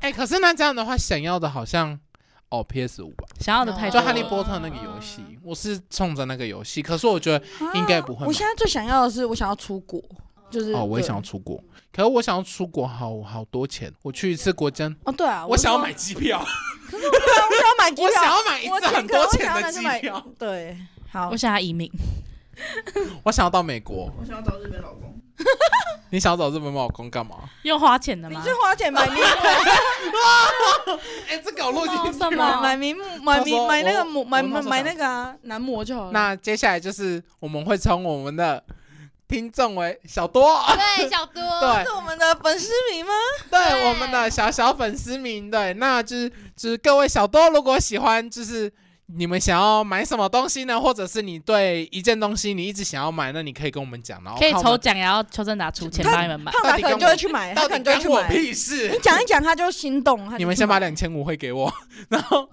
D: 哎、可是那这样的话，想要的好像。哦，PS 五吧，
C: 想要的太
D: 就
C: 多
D: 《哈利
C: 了。
D: 波特》那个游戏，我是冲着那个游戏，可是我觉得应该不会吧
A: 啊我现在最想要的是，我想要出国，就是
D: 哦，我也
A: 对
D: 想要出国，可是我想要出国好好多钱，我去一次国家
A: 哦，对啊，
D: 我
A: 是
D: 想要
A: 说
D: 买，机票，
A: 可是我想要我想要买机
D: *laughs* 我
A: 票，
D: 想要买一
A: 我
D: 次
A: 钱
D: 很
A: 可能
D: 多
A: 我
D: 钱
A: 想要
D: 的
A: 拿去
D: 机
A: 买
D: 票。
A: 对，好
C: 我，想要移民，
D: 我想要到美国，
E: 我想要找日本老公。
D: 你想找日本老公干嘛？
C: 用花钱的
A: 你
C: 吗？
A: 去花钱
C: *laughs*
A: 买名
D: *laughs* 哎，这搞落进去
C: 什
A: 买
C: 么
A: 买名买
D: 他
A: 名
D: 说
A: 买那
D: 我
A: 个模买
D: 我
A: 买
D: 那时候
A: 买
D: 想
A: 那个啊男模就好了。
D: 那接下来就是我们会称我们的听众为小
A: *laughs*
D: 多，
B: 对，小多，
D: 对
A: 是我们的粉丝名吗？
D: 对，我们的小小粉丝名，对，那就是就是各位小多，如果喜欢就是。你们想要买什么东西呢？或者是你对一件东西你一直想要买，那你可以跟我们讲，然后
C: 可以
D: 看我
C: 抽
D: 们
C: 奖，也要邱正达出钱帮你们买。
A: 胖达
D: 到底
A: 可能
D: 跟
A: 就会
D: 我
A: 去买，他
D: 到
A: 可
D: 底
A: 能就会
D: 干
A: 去
D: 我
A: 买。
D: 屁事？
A: 你讲一讲，他就心动。他就
D: 你们
A: 去
D: 先把
A: 买
D: 两千五汇给我，然后，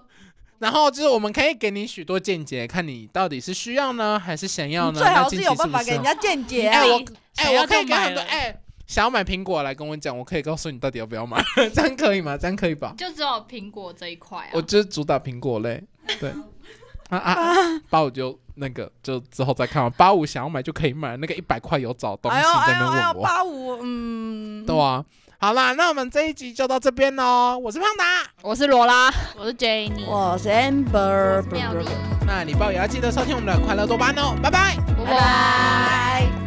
D: 然后就是我们可以给你许多见解，看你到底是需要呢，还是想要
A: 你
D: 呢？
A: *laughs* 最好
D: 那近
A: 是
D: 期
A: 有
D: 不
A: 办法给人家见解啊
D: 哎，。我
C: 想
D: 哎，
C: 要
D: 我可以
C: 就
D: 给
C: 买
D: 很多
C: 了
D: 哎，想要买苹果来跟我讲，我可以告诉你到底要不要买， *laughs* 这样可以吗？这样可以吧？
B: 就只有苹果这一块啊。
D: 我就是主打苹果类，对，啊啊啊，八五就那个就之后再看吧，八五想要买就可以买，那个一百块有找东西
A: 哎呦
D: 在
A: 哎呦
D: 那边
A: 哎
D: 问
A: 呦，
D: 我，
A: 八五，嗯，
D: 对啊。好啦，那我们这一集就到这边喽。我是胖达，
F: 我是罗拉，
C: 我是 Jenny，
A: 我是 Amber，
B: 妙丽，
D: 那礼拜也要记得收听我们的快乐多巴胺哦，拜拜。
F: 拜
B: 拜拜。
A: 拜。